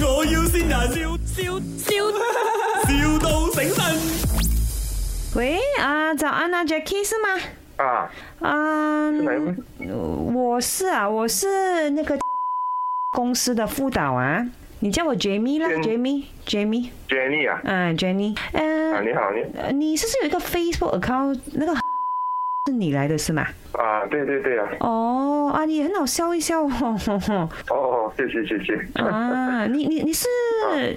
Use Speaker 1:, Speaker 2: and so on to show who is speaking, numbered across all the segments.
Speaker 1: 要先人，笑笑笑，,笑到醒神。
Speaker 2: 喂啊，早安啊，Jackie 是吗？
Speaker 3: 啊，
Speaker 2: 嗯、
Speaker 3: 哪一位
Speaker 2: 我是啊，我是那个 公司的副导啊，你叫我 Jamie 啦
Speaker 3: 嗯
Speaker 2: ，Jamie，Jamie，
Speaker 3: ，Jenny 啊，
Speaker 2: 嗯，Jenny，
Speaker 3: 啊
Speaker 2: 嗯、
Speaker 3: 你好你
Speaker 2: 呃你是不是有一个 Facebook account 那个 是你来的是吗？
Speaker 3: 啊，对对对啊，
Speaker 2: 哦啊，你很好笑一笑哦，
Speaker 3: 哦哦，谢谢谢谢，
Speaker 2: 啊，你你你是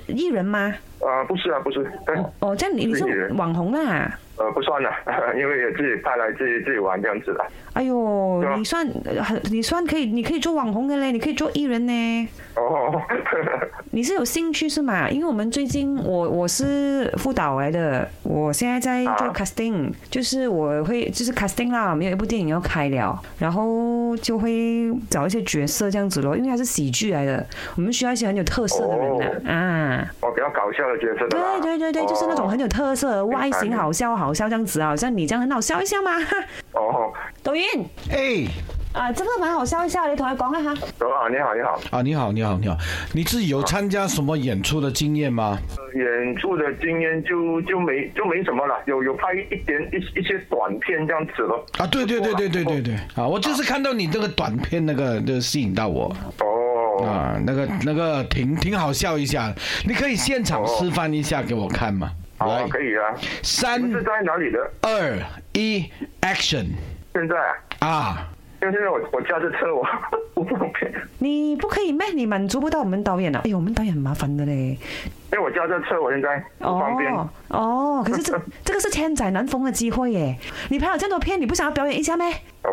Speaker 2: 艺人吗？
Speaker 3: 啊不是啊不是，
Speaker 2: 哦哦，这样你你
Speaker 3: 是艺
Speaker 2: 是
Speaker 3: 人
Speaker 2: 网红啊啦。
Speaker 3: 呃不算了，因为有自己拍来自己自己玩这样子的，
Speaker 2: 哎呦
Speaker 3: 对，啊
Speaker 2: 你算呃很你算可以，你可以做网红的嘞，你可以做艺人呢。
Speaker 3: 哦，
Speaker 2: 你是有兴趣是吗？因为我们最近我我是副导来的，我现在在做
Speaker 3: 啊
Speaker 2: casting，、就是我会就是 casting 啦，我们有一部电影要开了，然后就会找一些角色这样子咯，因为它是喜剧来的，我们需要一些很有特色的人呐、啊。
Speaker 3: 我比较搞笑的角色的啦，哦
Speaker 2: 对对对对，就是那种很有特色，外形好笑好笑这样子啊，好像你这样很好笑一下嘛。 哈
Speaker 3: 哦，哦，
Speaker 2: 抖音
Speaker 4: 哎，
Speaker 2: 啊，这个蛮好笑一下，你同佢讲一下。
Speaker 3: 哦啊你好你好，
Speaker 4: 啊，你好，你好，你好，你自己有参加什么演出的经验吗？
Speaker 3: 演出的经验就就没就没什么了，有有拍一点一一些短片这样子咯，
Speaker 4: 啊，对对对对对对对，啊，我就是看到你这个短片那个，就吸引到我
Speaker 3: 哦，
Speaker 4: 啊，那个那个挺挺好笑一下，你可以现场示范一下给我看吗？
Speaker 3: 好啊
Speaker 4: 来，
Speaker 3: 可以啊，
Speaker 4: 三
Speaker 3: 你们是在哪里的？
Speaker 4: 二一，action！
Speaker 3: 现在啊，
Speaker 4: 啊，
Speaker 3: 因为现在我我驾着车我 不方便。
Speaker 2: 你不可以咩？你满足不到我们导演啊！哎呦，我们导演很麻烦的嘞。
Speaker 3: 因哎为我驾着车，我现在不方便。
Speaker 2: 哦哦，可是 这这个是千载难逢的机会耶！你拍了这么多片，你不想要表演一下咩？
Speaker 3: 哦，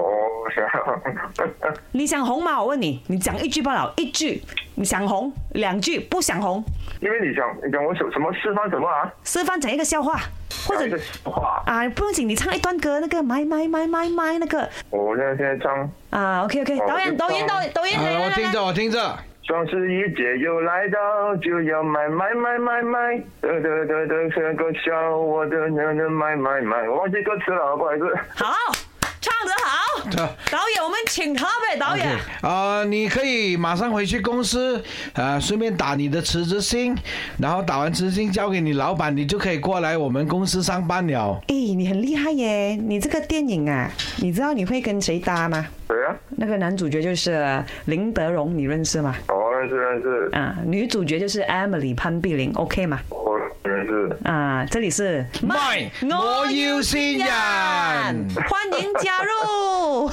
Speaker 3: 想
Speaker 2: 你想红吗？我问你，你讲一句不了，一句你想红，两句不想红，
Speaker 3: 因为你想你讲我什什么示范什么啊？
Speaker 2: 示范讲一个笑话，或
Speaker 3: 讲一
Speaker 2: 者
Speaker 3: 个笑话。
Speaker 2: 啊，不用紧，你唱一段歌，那个买买买买买那个
Speaker 3: 我现在现在唱，
Speaker 2: 啊，OK OK，
Speaker 3: 哦
Speaker 2: 导演
Speaker 3: 我
Speaker 2: 导演
Speaker 3: 知道
Speaker 2: 导演导演，
Speaker 4: 啊，
Speaker 2: 来
Speaker 4: 我
Speaker 2: 来
Speaker 4: 听
Speaker 2: 来
Speaker 4: 着，我听着，
Speaker 3: 双十一节又来到，就要买买买买买，得得得得，这个笑我的男人买买买，我忘记歌词了，不好意思。
Speaker 2: 好，唱得好，
Speaker 4: 这。
Speaker 2: 导演，我们请他呗，导
Speaker 4: OK，
Speaker 2: 演。
Speaker 4: 啊、你可以马上回去公司，呃，顺便打你的辞职信，然后打完辞职信交给你老板，你就可以过来我们公司上班了。
Speaker 2: 诶，你很厉害耶！你这个电影啊，你知道你会跟谁搭吗？
Speaker 3: 谁啊？
Speaker 2: 那个男主角就是林德荣，你认识吗？
Speaker 3: 哦，认识认识，
Speaker 2: 啊，女主角就是 Emily 潘碧玲，OK 吗？
Speaker 3: 我认识。
Speaker 2: 啊，这里是
Speaker 4: 麦我要先人
Speaker 2: 欢迎加 入。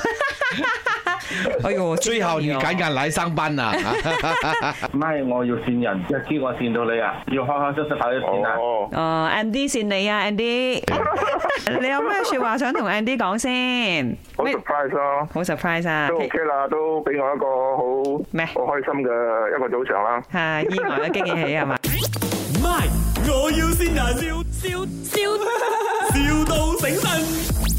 Speaker 2: 哎呦，
Speaker 4: 最好你
Speaker 2: 谢谢
Speaker 4: 敢
Speaker 2: 哦
Speaker 4: 敢来上班 啦、啊！
Speaker 5: 唔係，我要善人，一知我善到你啊，要開開心心跑去善啊！
Speaker 3: 哦，
Speaker 2: 哦，Andy 善你啊，Andy，你有咩说話想同 Andy 講先？
Speaker 3: 好
Speaker 2: 咩
Speaker 3: surprise 咯，
Speaker 2: 好 surprise 啊！
Speaker 3: 都 OK 啦，都俾我一個好
Speaker 2: 咩
Speaker 3: 好開心嘅一個早上啦。
Speaker 2: 啊，意外嘅驚喜啊係嘛？
Speaker 1: 咪，我要先人，笑笑笑，,笑到醒神。